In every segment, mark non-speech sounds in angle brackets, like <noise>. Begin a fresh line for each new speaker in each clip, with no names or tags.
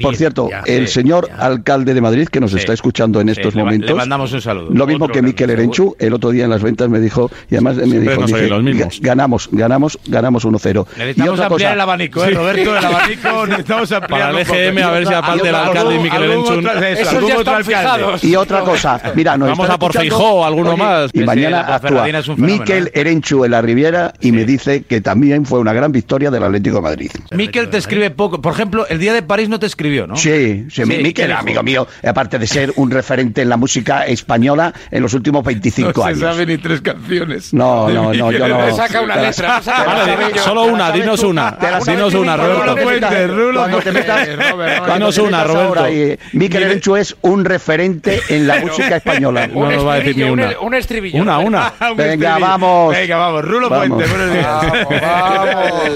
Por cierto,
ya,
el
sí,
señor
ya.
alcalde de Madrid, que nos
Sí.
está escuchando en estos
Eh, le ma-
momentos,
Le mandamos un saludo.
lo mismo
Otro
que
grande,
Miquel
seguro.
Erenchu, el otro día en las ventas me dijo, y además me
Siempre
dijo,
nos
dice,
oye los mismos.
"Ga- ganamos, ganamos, ganamos 1-0. Y
Necesitamos
otra
ampliar
cosa,
el abanico, ¿eh, Roberto? El
<laughs>
abanico necesitamos ampliar
Para el EGM, a ver si aparte el alcalde y Miquel Enchun.
Esos
Algún
ya
otro
están
alcalde.
fijados.
y otra cosa, mira, nos
Vamos
están
a por
escuchando-
Feijóo, alguno más.
Y
Sí,
mañana
la
actúa
Ferradina es un fenómeno,
Miquel
¿eh?
Erenchu en la Riviera y me dice que también fue una gran victoria del Atlético de Madrid.
Miquel te escribe poco. Por ejemplo, el día de París no te escribió, ¿no?
Sí, sí,
Sí, ¿qué
Miquel,
dijo?
amigo mío, aparte de ser un referente en la música española en los últimos 25 años.
ni tres canciones.
No, no, no,
<laughs>
yo no.
Saca una
Te la-
letra, o sea,
te la
Vale,
sabes
di-
tú,
solo
te la
una,
sabes
dinos
tú,
una.
te la sabes
Dinos
tú,
una,
cuando
Roberto.
te metas-
Cuente, Rulo,
Cuando te
cuente,
metas,
Robert, Robert.
cuando
Dinos
te
una,
metas
Roberto.
ahora ahí, Miquel
Mire-
Erenchu es un referente
<laughs>
en la música española.
No nos va a decir ni
un-
una.
un estribillo.
<laughs>
Una, una.
Venga, vamos.
Venga, vamos. Rulo
Vamos.
Puente, buenos días.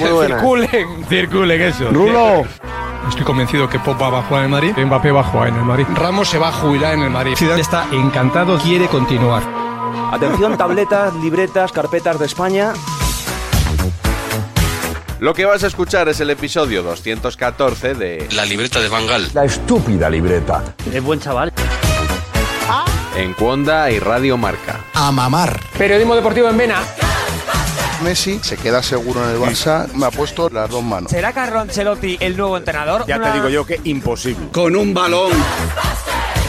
Muy buena. Circulen.
Circulen eso.
Rulo,
Estoy convencido que Pop va a jugar en el Madrid. Mbappé va a jugar en el Madrid. Ramos se va a jubilar en el Madrid. Ciudad está encantado, quiere continuar.
Atención, tabletas, libretas, carpetas de España.
Lo que vas a escuchar es el episodio 214 de
La libreta de Bangal.
La estúpida libreta.
Es buen chaval.
En Cuonda y Radio Marca.
Periodismo deportivo en Vena.
Messi se queda seguro en el Barça. Me ha puesto las dos manos.
¿Será Carlo Ancelotti el nuevo entrenador? Ya te digo yo.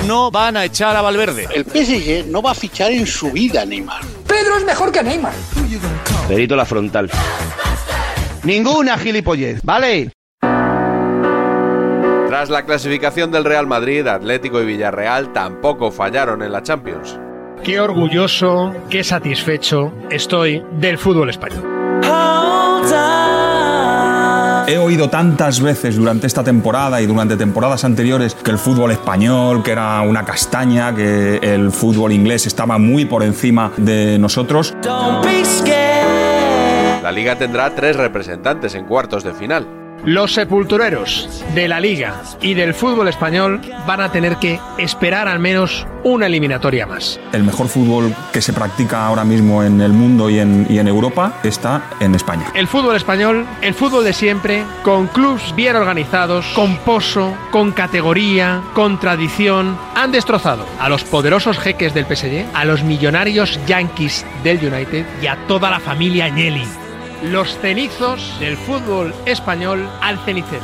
No van a echar a Valverde.
El PSG no va a fichar en su vida, Neymar.
Pedro es mejor que Neymar.
Perito la frontal.
ninguna gilipollez, ¿vale?
Tras la clasificación del Real Madrid, Atlético y Villarreal tampoco fallaron en la Champions.
Qué orgulloso, qué satisfecho estoy del fútbol español.
He oído tantas veces durante esta temporada y durante temporadas anteriores que el fútbol español, que era una castaña, que el fútbol inglés estaba muy por encima de nosotros.
La liga tendrá tres representantes en cuartos de final.
Los sepultureros de la Liga y del fútbol español van a tener que esperar al menos una eliminatoria más.
El mejor fútbol que se practica ahora mismo en el mundo y en, y en Europa está en España.
El fútbol español, el fútbol de siempre, con clubs bien organizados, con pozo, con categoría, con tradición, han destrozado a los poderosos jeques del PSG, a los millonarios yankees del United y a toda la familia Agnelli. Los cenizos del fútbol español al cenicero.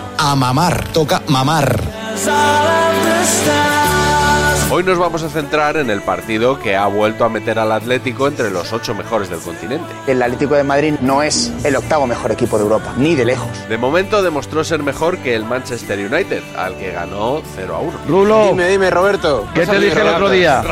Hoy nos vamos a centrar en el partido que ha vuelto a meter al Atlético entre los ocho mejores del continente.
El Atlético de Madrid no es el octavo mejor equipo de Europa, ni de lejos.
De momento demostró ser mejor que el Manchester United, al que ganó 0 a 1.
Rulo,
dime, Roberto.
¿qué te dije el otro día?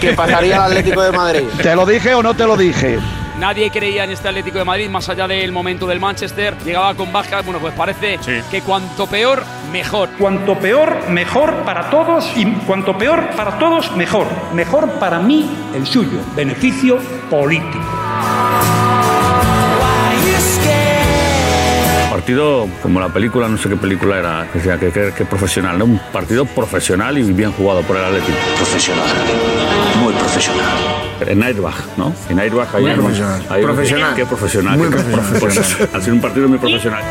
¿Qué pasaría al Atlético de Madrid?
¿Te lo dije o no te lo dije?
Nadie creía en este Atlético de Madrid, más allá del momento del Manchester. Llegaba con bajas. Bueno, pues parece que cuanto peor, mejor.
Cuanto peor, mejor para todos y cuanto peor para todos, mejor. Mejor para mí, el suyo. Beneficio político.
Partido como la película, no sé qué película era, o sea, que, que, que profesional, ¿no? un partido profesional y bien jugado por el Atlético.
Profesional. Muy profesional.
En Airbag, ¿no? En Airbag hay un profesional. profesional. Qué profesional. Muy profesional.
<laughs>
ha sido un partido muy profesional.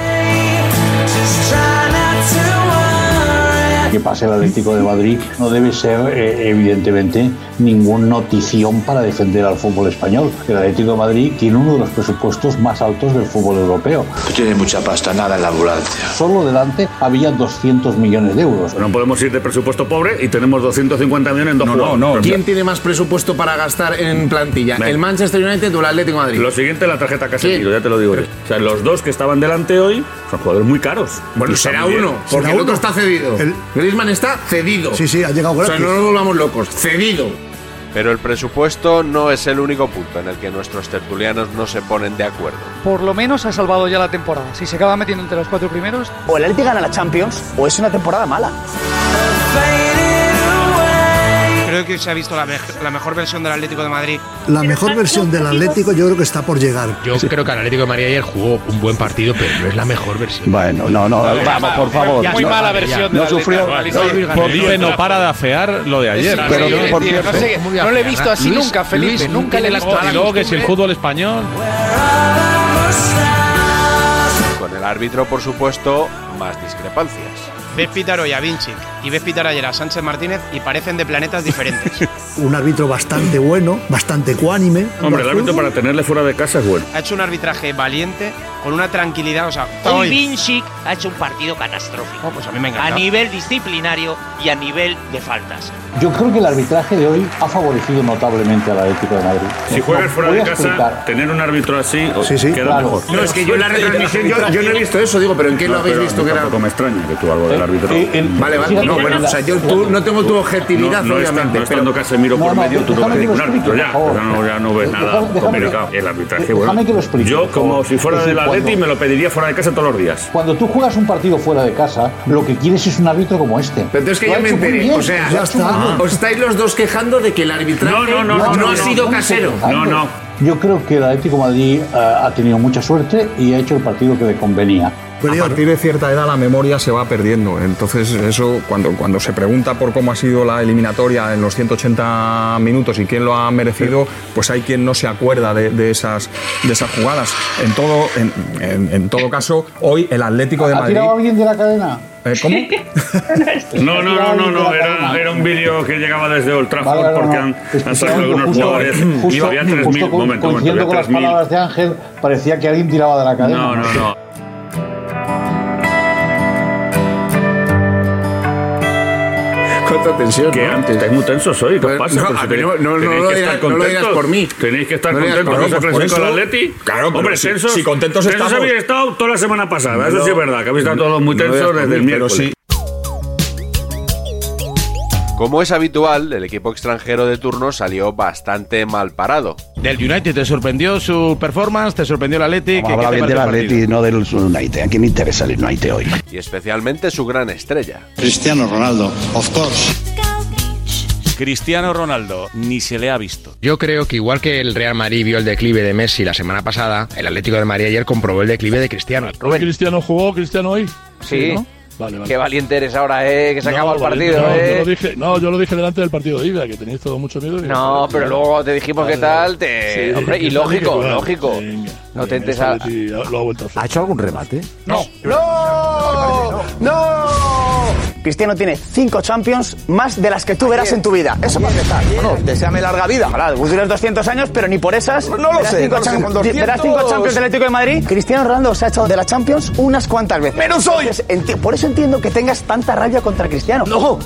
que pase el Atlético de Madrid no debe ser, eh, evidentemente, ninguna notición para defender al fútbol español. El Atlético de Madrid tiene uno de los presupuestos más altos del fútbol europeo.
Tú tienes mucha pasta, nada en la ambulancia.
Solo delante había 200 millones de euros.
No podemos ir de presupuesto pobre y tenemos 250 millones en dos
No,
jugadores.
no, no.
¿Quién tiene más presupuesto para gastar en plantilla?
Ven.
¿El Manchester United o el Atlético de Madrid?
Lo siguiente, la tarjeta que has
¿Quién?
tenido, ya te lo digo yo. O sea, los dos que estaban delante hoy son jugadores muy caros.
Bueno,
Y
será
están bien.
uno, porque el otro está cedido.
El-
Griezmann está cedido.
Sí, sí, ha llegado
O sea,
gratis.
no nos volvamos locos. Cedido.
Pero el presupuesto no es el único punto en el que nuestros tertulianos no se ponen de acuerdo.
Por lo menos ha salvado ya la temporada. Si se acaba metiendo entre los cuatro primeros.
O el Atlético gana la Champions o es una temporada mala.
Creo que se ha visto la, mej- la mejor versión del Atlético de Madrid.
La mejor versión del Atlético yo creo que está por llegar.
Yo creo que el Atlético de María ayer jugó un buen partido, pero no es la mejor versión.
Bueno, no, no, vamos, por favor.
Muy
no,
mala
no,
versión
No
del
sufrió.
Atlético. Luis
por-
Felipe no para de afear lo de
ayer.
Pero,
Sí,
por
sí,
cierto,
no sé,
muy
no le he
afear,
visto así nunca, Felipe, nunca le he
tiene
visto
la-
así.
Y luego que es el fútbol español.
Con el árbitro, por supuesto, más discrepancias.
Ves pitar hoy a Vinci y ves pitar ayer a Sánchez Martínez y parecen de planetas diferentes.
Un árbitro bastante bueno, bastante cuánime.
<laughs> Hombre, el árbitro para tenerle fuera de casa es bueno.
ha hecho un arbitraje valiente, con una tranquilidad, o sea,
Hoy
hoy-
Vinicic ha hecho un partido catastrófico.
pues a mí me
a
encanta.
nivel disciplinario y a nivel de faltas.
Yo creo que el arbitraje de hoy ha favorecido notablemente al Atlético de Madrid.
Si juegas
No,
fuera
voy
de
a explicar.
casa, tener un árbitro así o-
Sí, sí,
queda
claro.
mejor.
No, es que yo en la retransmisión yo, yo no he visto eso, digo, pero ¿en qué lo
No,
habéis
pero
visto que era?
Tampoco me extraña que tú algo del árbitro.
Vale, vale. No, bueno, o sea, yo tú- no tengo tu objetividad,
No, no estando-
obviamente.
no estando Casemiro
No,
por
no,
medio, tú no
déjame
ves
que lo
ningún
explique,
árbitro ya.
por favor.
O sea, no, ya no ves
Déjame-
nada
déjame que-
complicado. El arbitraje, bueno.
déjame que lo explique,
Yo,
por
como
favor.
si fuera
Es
del
cuando-
Atleti, me lo pediría fuera de casa todos los días.
Cuando tú juegas un partido fuera de casa, lo que quieres es un árbitro como este.
Pero es que
Lo
yo
ha
me
hecho muy
enteré.
bien,
O sea, Ah.
lo ha hecho muy bien.
os estáis los dos quejando de que el arbitraje
No, no, no, no,
ha
no,
sido
no.
casero.
No, no.
Yo creo que el Atlético de Madrid eh, ha tenido mucha suerte y ha hecho el partido que le convenía.
A partir de cierta edad la memoria se va perdiendo. Entonces eso, cuando, cuando se pregunta por cómo ha sido la eliminatoria en los 180 minutos y quién lo ha merecido, pues hay quien no se acuerda de, de esas, de esas jugadas. En todo, en, en- en todo caso, hoy el Atlético de
¿Ha
Madrid...
tirado alguien de la cadena?
Eh, ¿Cómo?
<laughs> No, no, no, no, no. Era, era un vídeo que llegaba desde Old Trafford
Vale, vale,
porque
no,
han,
no.
han sacado algunos
Justo-
jugadores. y
justo-
había 3.000.
justo
Momento,
con-
momento,
coincidiendo con
había
las
3.000.
palabras de Ángel, parecía que alguien tiraba de la cadena.
No, no, no.
Cuánta tensión.
Que antes, estáis muy tensos hoy. ¿Qué os pasa?
no,
Pero si
a ver,
tenéis-
no, no,
tenéis
no lo
que
digas-
estar
no lo digas
contentos.
por mí.
Tenéis que estar
No lo digas
contentos.
por
¿No
mí,
se ha
pues por
clasificado el
eso-
Atleti?
Claro, pero
Hombre,
si-
tensos.
si contentos
tensos
estamos.
habéis estado toda la semana pasada. Eso
No,
sí es verdad, que habéis estado todos muy
no lo digas
tensos
por
desde el
mí, pero
miércoles.
Como es habitual, el equipo extranjero de turno salió bastante mal parado.
Del United te sorprendió su performance, te sorprendió el Atleti.
Vamos
¿qué-
a
qué
hablar
te
bien del
parece el partido?
Atleti, no del United. ¿A quién le interesa el United hoy?
Y especialmente su gran estrella.
Cristiano Ronaldo, of course.
Cristiano Ronaldo, ni se le ha visto.
Yo creo que igual que el Real Madrid vio el declive de Messi la semana pasada, el Atlético de Madrid ayer comprobó el declive de Cristiano.
Cristiano jugó, Cristiano hoy.
Sí.
¿no? Vale, vale.
Qué valiente eres ahora, eh, que se
No,
acaba el
vale,
partido,
no,
eh.
Yo lo dije, no, yo lo dije delante del partido de Ida, que tenéis todo mucho miedo. y-
No, pero luego te dijimos qué
Vale,
tal,
vale.
te...
Sí,
hombre,
que
y
tal, que
lógico,
tal.
lógico.
Venga,
No te
venga,
entes a...
este Atleti Lo ha vuelto a hacer.
¿Ha hecho algún remate?
No.
¡No!
¡No!
Cristiano tiene cinco Champions, más de las que tú verás en tu vida. Eso para empezar. Bueno, deseame larga vida. Ojalá, vos tienes 200 años, pero ni por esas.
No lo
Verás
sé,
cinco
macho,
Champions-
con 200.
Verás cinco Champions del Atlético de Madrid. Cristiano Ronaldo se ha echado de la Champions unas cuantas veces.
¡Menos hoy!
Entonces, enti- por eso entiendo que tengas tanta rabia contra Cristiano. ¡No!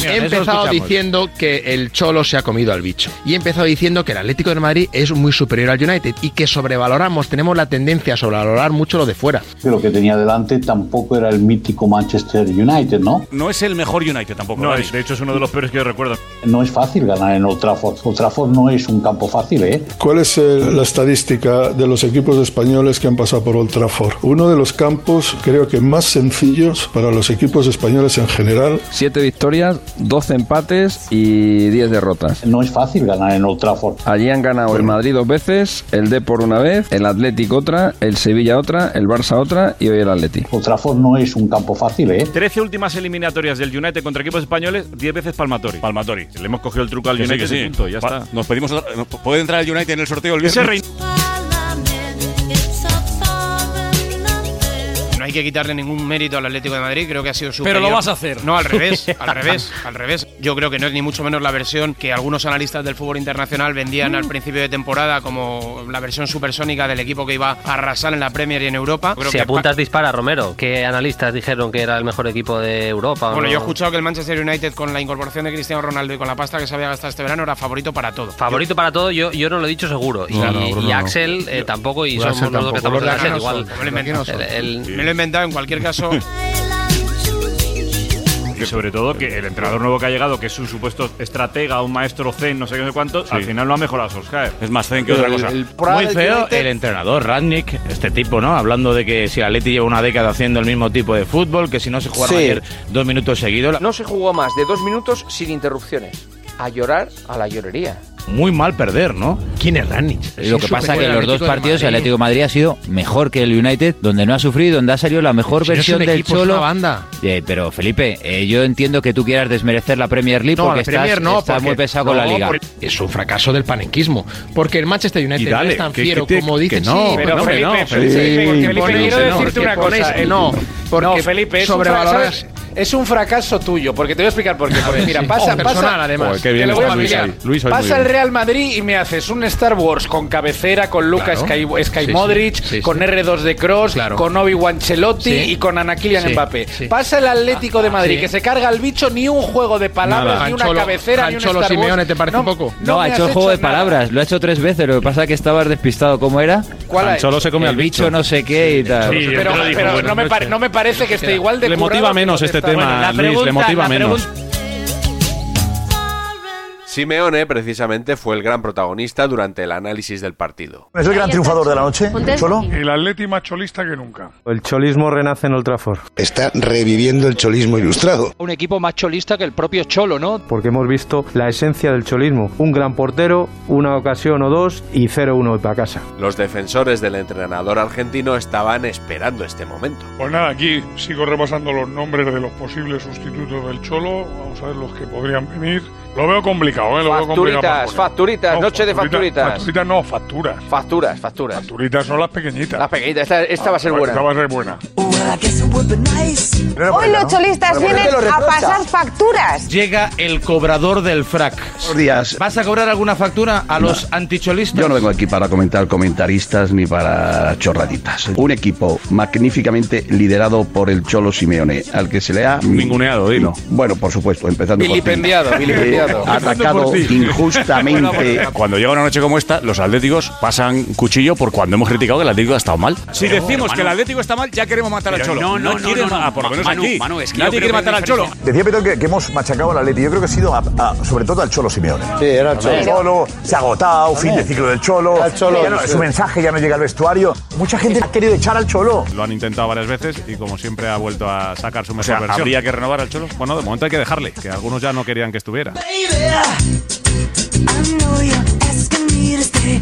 Mira,
He
eso
empezado
escuchamos.
diciendo que el Cholo se ha comido al bicho. Y he empezado diciendo que el Atlético de Madrid es muy superior al United y que sobrevaloramos, tenemos la tendencia a sobrevalorar mucho lo de fuera.
Que lo que tenía delante tampoco era el mítico Manchester United, ¿no?
No es el mejor United tampoco.
No
¿eh?
¿vale? de hecho es uno de los peores que yo recuerdo.
No es fácil ganar en Old Trafford. Old Trafford no es un campo fácil, ¿eh?
¿Cuál es eh, la estadística de los equipos españoles que han pasado por Old Trafford? Uno de los campos creo que más sencillos para los equipos españoles en general.
Siete victorias, 12 empates y 10 derrotas.
No es fácil ganar en Old Trafford.
Allí han ganado el Madrid dos veces, el Depor una vez, el Atlético otra, el Sevilla otra, el Barça otra y hoy el Atlético.
Old Trafford no es un campo fácil, ¿eh?
13 últimas eliminatorias del United contra equipos españoles, 10 veces Palmatori. Palmatori. Le hemos cogido el truco al
Que sí,
United
que sí.
y punto, ya
Va,
está.
Nos pedimos otra- no, ¿Puede entrar el United en el sorteo el
Ese
viernes?
rein-
No hay que quitarle ningún mérito al Atlético de Madrid, creo que ha sido su
Pero lo vas a hacer.
No, al
<laughs>
revés, al revés, al revés. Yo creo que no es ni mucho menos la versión que algunos analistas del fútbol internacional vendían al principio de temporada como la versión supersónica del equipo que iba a arrasar en la Premier y en Europa. Creo
Si
que
apuntas, dispara, Romero. ¿Qué analistas dijeron que era el mejor equipo de Europa? o
Bueno,
no?
yo he escuchado que el Manchester United con la incorporación de Cristiano Ronaldo y con la pasta que se había gastado este verano era favorito para todo.
Favorito para todo, yo, yo no lo he dicho seguro. y,
No, no, Bruno,
y
no.
Axel eh, tampoco, y somos los dos que estamos en Axel igual. El- el-
Me lo he inventado en cualquier caso.
Que sobre todo que el entrenador nuevo que ha llegado, que es un supuesto estratega, un maestro zen, no sé qué, no sé cuánto, al final lo ha mejorado Solskjaer. Es más zen
que otra cosa.
Muy feo el entrenador, Radnik, este tipo, ¿no? Hablando de que si el Atleti lleva una década haciendo el mismo tipo de fútbol, que si no se jugara
Sí.
ayer dos minutos seguidos,
No se jugó más de dos minutos sin interrupciones. A llorar a la llorería.
muy mal perder, ¿no?
¿Quién es Radnik? Lo que pasa que en los dos partidos el
el
Atlético de Madrid ha sido mejor que el United, donde no ha sufrido, donde ha salido la mejor
Si no es
versión
un
del
equipo, es
Cholo.
una banda.
Eh, pero Felipe, eh, yo entiendo que tú quieras desmerecer la Premier League
No,
porque
la
estás,
Premier no,
estás
porque-
muy pesado con
no,
la Liga.
por-
Es un fracaso del panenquismo.
Porque el Manchester United
Y
no
dale,
es tan
que-
fiero
que- que-
como
que
dicen.
no,
sí,
pero
no,
Felipe,
no,
no, Felipe,
porque
Felipe,
pone-
quiero
señor,
decirte
que
una
pone-
cosa,
eh, no, porque
no, Felipe, es un,
sobrevaloras-
fra- ¿sabes? es un fracaso tuyo, porque te voy a explicar por qué. Porque mira, pasa,
Oh, personal,
pasa,
además. Joder, qué
te
bien
lo voy
está
a
Luis
explicar.
hoy. Luis hoy muy
pasa el
bien.
Real Madrid y me haces un Star Wars con cabecera, con Lucas
Claro.
Sky, Sky
Sí, sí.
Modric,
Sí, sí.
con R2 de Cross, con Obi-Wan Ancelotti
Sí.
y con Ana Kylian
Sí,
Mbappé.
sí.
Pasa el
Ah,
Atlético de Madrid
sí.
que se carga al bicho ni un juego de palabras,
Nada.
ni una
Ancholo-
cabecera, ni un
Ancholo
Star Wars.
Simeone, ¿te parece
No,
poco?
No,
No, ha
me
hecho
has
el juego
hecho
de palabras, lo ha hecho tres veces, lo que pasa es que estabas despistado. ¿Cómo era?
¿Cuál ha
Al Cholo se come
El
al bicho. no sé qué y tal.
pero pero no, me pare- no me parece que esté igual de
Le motiva
currado que
menos
lo que
este
está-
tema, Bueno, la Luis, le pregunta- motiva la menos. pregunta-
Simeone, precisamente, fue el gran protagonista durante el análisis del partido.
¿Es el gran triunfador de la noche, Cholo?
El Atleti más cholista que nunca.
El cholismo renace en Old Trafford. Está reviviendo el cholismo ilustrado.
Un equipo más cholista que el propio Cholo, ¿no?
Porque hemos visto la esencia del cholismo. Un gran portero, una ocasión o dos y 0-1 para casa.
Los defensores del entrenador argentino estaban esperando este momento.
Pues nada, aquí sigo repasando los nombres de los posibles sustitutos del Cholo. Vamos a ver los que podrían venir. Lo veo complicado, ¿eh? Lo veo complicado
Facturitas,
para poner.
facturitas,
No,
noche de facturitas.
Facturitas no, facturas.
Facturas, facturas.
Facturitas son las pequeñitas.
Las pequeñitas, esta, esta va a ser buena.
Esta va a ser buena.
Hoy los cholistas vienen a pasar facturas.
Llega el cobrador del frac. Buenos
días.
¿Vas a cobrar alguna factura a los anticholistas?
Yo no vengo aquí para comentar comentaristas ni para chorraditas. Un equipo magníficamente liderado por el Cholo Simeone, al que se le ha... Ninguneado, dilo. Bueno, por supuesto, empezando por ti.
Vilipendiado,
Eh,
vilipendiado. Empezando
<laughs> atacado
por ti. <laughs>
injustamente
Cuando llega una noche como esta, los atléticos pasan cuchillo por cuando hemos criticado que el Atlético ha estado mal. Si decimos que el Atlético está mal, ya queremos matar al Cholo. No, no, No quiere no, no, ma- ah, por lo Ma- menos Manu, aquí. Manu, es que Nadie yo creo quiere que matar hay al Cholo.
Decía Petón que, hemos machacado al Atleti. Yo creo que ha sido sobre todo al Cholo Simeone. Sí, era el Cholo. se ha agotado, fin de ciclo del Cholo. Ya no- su mensaje ya no llega al vestuario. Mucha gente ha querido echar al Cholo.
Lo han intentado varias veces y como siempre ha vuelto a sacar su mejor
sea,
versión.
¿habría
que renovar al Cholo? Bueno, de momento hay que dejarle, que algunos ya no querían que estuviera.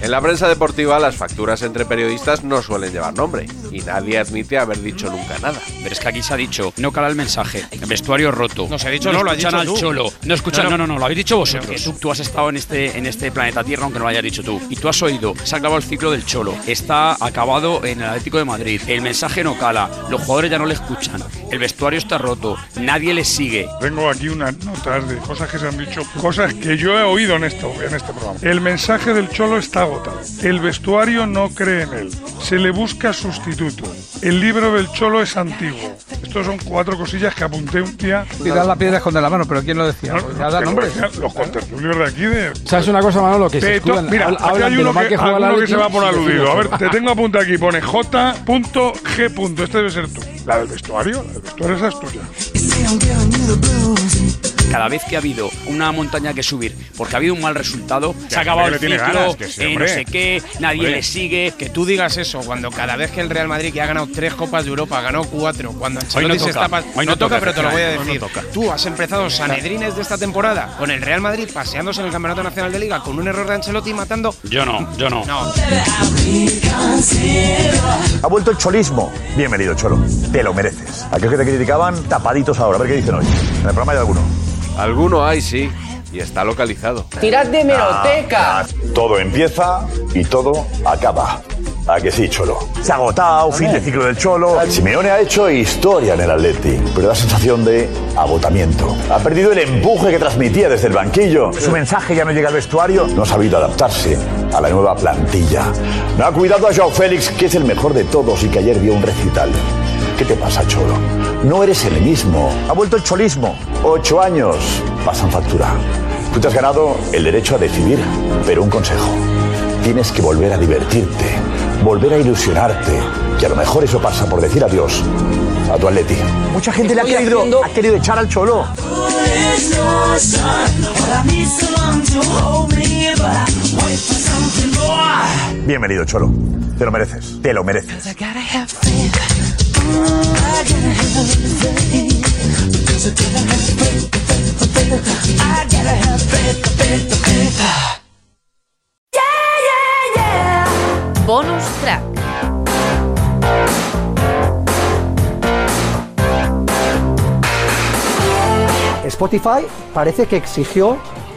En la prensa deportiva, las facturas entre periodistas no suelen llevar nombre y nadie admite haber dicho nunca nada.
Pero es que aquí se ha dicho, no cala el mensaje, el vestuario roto. No
se ha dicho, no, lo has
escuchan
dicho
al
tú.
cholo. No escuchan,
No,
no,
no.
no, no, lo habéis dicho vosotros.
Pero que
tú, has estado en este, en este planeta Tierra, aunque no lo hayas dicho tú. Y tú has oído, se ha acabado el ciclo del cholo. Está acabado en el Atlético de Madrid. El mensaje no cala. Los jugadores ya no le escuchan. El vestuario está roto. Nadie le sigue. Tengo aquí unas notas de Ah, cosas que se han dicho, cosas que yo he oído en, esto, en este programa. El mensaje del Cholo está agotado. El vestuario no cree en él. Se le busca sustituto. El libro del Cholo es antiguo. Estos son cuatro cosillas que apunté un día.
Tirar la piedra esconder la mano, pero ¿quién lo decía?
No,
Pues
no,
ya da
que no
nombres.
me decían Los contertulios de aquí de...
¿Sabes una cosa, Manolo? Que se
Petón-
escudan,
mira,
hablan
aquí hay
de lo
uno,
mal
que,
que juega el
alguno que
Atleti
se va por
y decimos
aludido. A ver,
eso.
te tengo apuntado aquí. Pone J.G. Este debe ser tú. La del vestuario. La del vestuario esa es tuya. Cada vez que ha habido una montaña que subir, porque ha habido un mal resultado, se ha acabado el
le tiene
ciclo,
ganas, que sí,
eh, no
hombre.
sé qué, nadie
Hombre.
le sigue.
Que tú digas eso cuando cada vez que el Real Madrid que ha ganado tres Copas de Europa, ganó cuatro, cuando Ancelotti
no
se
toca.
está pas-
Hoy no
no toca,
toca,
pero te lo voy a
hoy no
decir.
toca.
Tú has empezado Sanedrines de esta temporada con el Real Madrid paseándose en el Campeonato Nacional de Liga con un error de Ancelotti y matando.
Yo no, yo no.
No.
Ha vuelto el cholismo. Bienvenido, Cholo. Te lo mereces. Aquellos que te criticaban, tapaditos ahora. A ver qué dicen hoy. En el programa hay alguno.
Alguno hay, sí, y está localizado.
Ah, Todo empieza y todo acaba. ¿A que sí, Cholo? Se ha agotado, fin de ciclo del Cholo. Simeone ha hecho historia en el Atleti, pero da sensación de agotamiento. Ha perdido el empuje que transmitía desde el banquillo. Su mensaje ya no llega al vestuario. No ha sabido adaptarse a la nueva plantilla. No ha cuidado a Joao Félix, que es el mejor de todos y que ayer dio un recital. ¿Qué te pasa, Cholo? No eres el mismo. Ha vuelto el cholismo. Ocho años pasan factura. Tú te has ganado el derecho a decidir, pero un consejo. Tienes que volver a divertirte, volver a ilusionarte, que a lo mejor eso pasa por decir adiós a tu atleti.
Mucha gente le ha querido, ha querido echar al cholo.
Bienvenido, Cholo. Te lo mereces, te lo mereces.
Bonus track. Spotify parece que exigió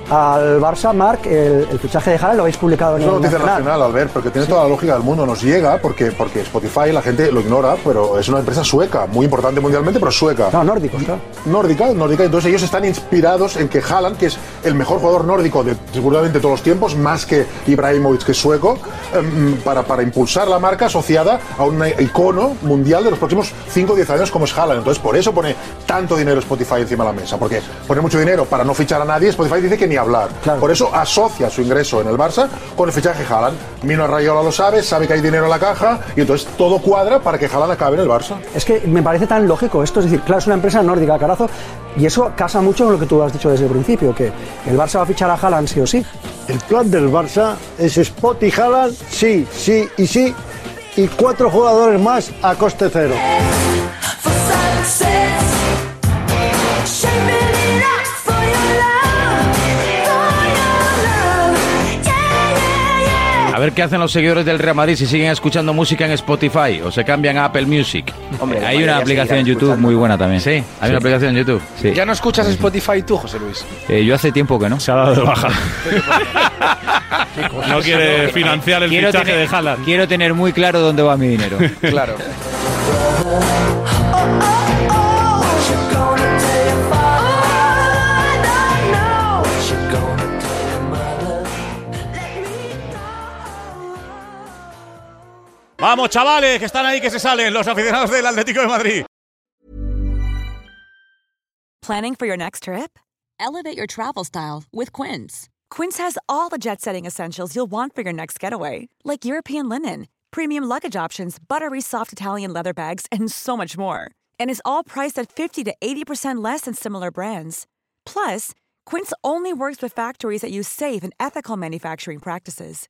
al Barça Marc el, el fichaje de Haaland, lo habéis publicado en
Es una
el
noticia
Nacional.
nacional, Albert, porque tiene toda la lógica del mundo. Nos llega porque, porque Spotify, la gente lo ignora, pero es una empresa sueca, muy importante mundialmente, pero sueca. No,
nórdico, claro.
Nórdica, nórdica. Entonces ellos están inspirados en que Haaland, que es el mejor jugador nórdico de seguramente todos los tiempos, más que Ibrahimovic, que es sueco, em, para, para impulsar la marca asociada a un icono mundial de los próximos 5 o 10 años como es Haaland. Entonces por eso pone tanto dinero Spotify encima de la mesa, porque pone mucho dinero para no fichar a nadie. Spotify dice que ni hablar. Por eso asocia su ingreso en el Barça con el fichaje Haaland. Mino Rayola lo sabe, sabe que hay dinero en la caja y entonces todo cuadra para que Haaland acabe en el Barça.
Es que me parece tan lógico esto, es decir, claro, es una empresa nórdica, carazo, y eso casa mucho con lo que tú has dicho desde el principio, que el Barça va a fichar a Haaland sí o sí.
El plan del Barça es Spot y Haaland, sí, sí y sí, y cuatro jugadores más a coste cero.
A ver qué hacen los seguidores del Real Madrid si siguen escuchando música en Spotify o se cambian a Apple Music.
Hombre,
hay
la
una
mayoría
aplicación en
seguirán
YouTube muy buena también. Sí, hay
Sí.
una aplicación en YouTube.
Sí.
¿Ya no escuchas Spotify tú, José Luis?
Eh, yo hace tiempo que no. Se ha dado de baja.
No
<laughs>
quiere financiar el
quiero
fichaje
tener,
de Haaland.
Quiero tener muy claro dónde va mi dinero.
<laughs>
claro.
Vamos, chavales, que están ahí, que se salen los aficionados del Atlético de Madrid.
Planning for your next trip? Elevate your travel style with Quince. Quince has all the jet setting essentials you'll want for your next getaway, like European linen, premium luggage options, buttery soft Italian leather bags, and so much more. And is all priced at 50 to 80% less than similar brands. Plus, Quince only works with factories that use safe and ethical manufacturing practices.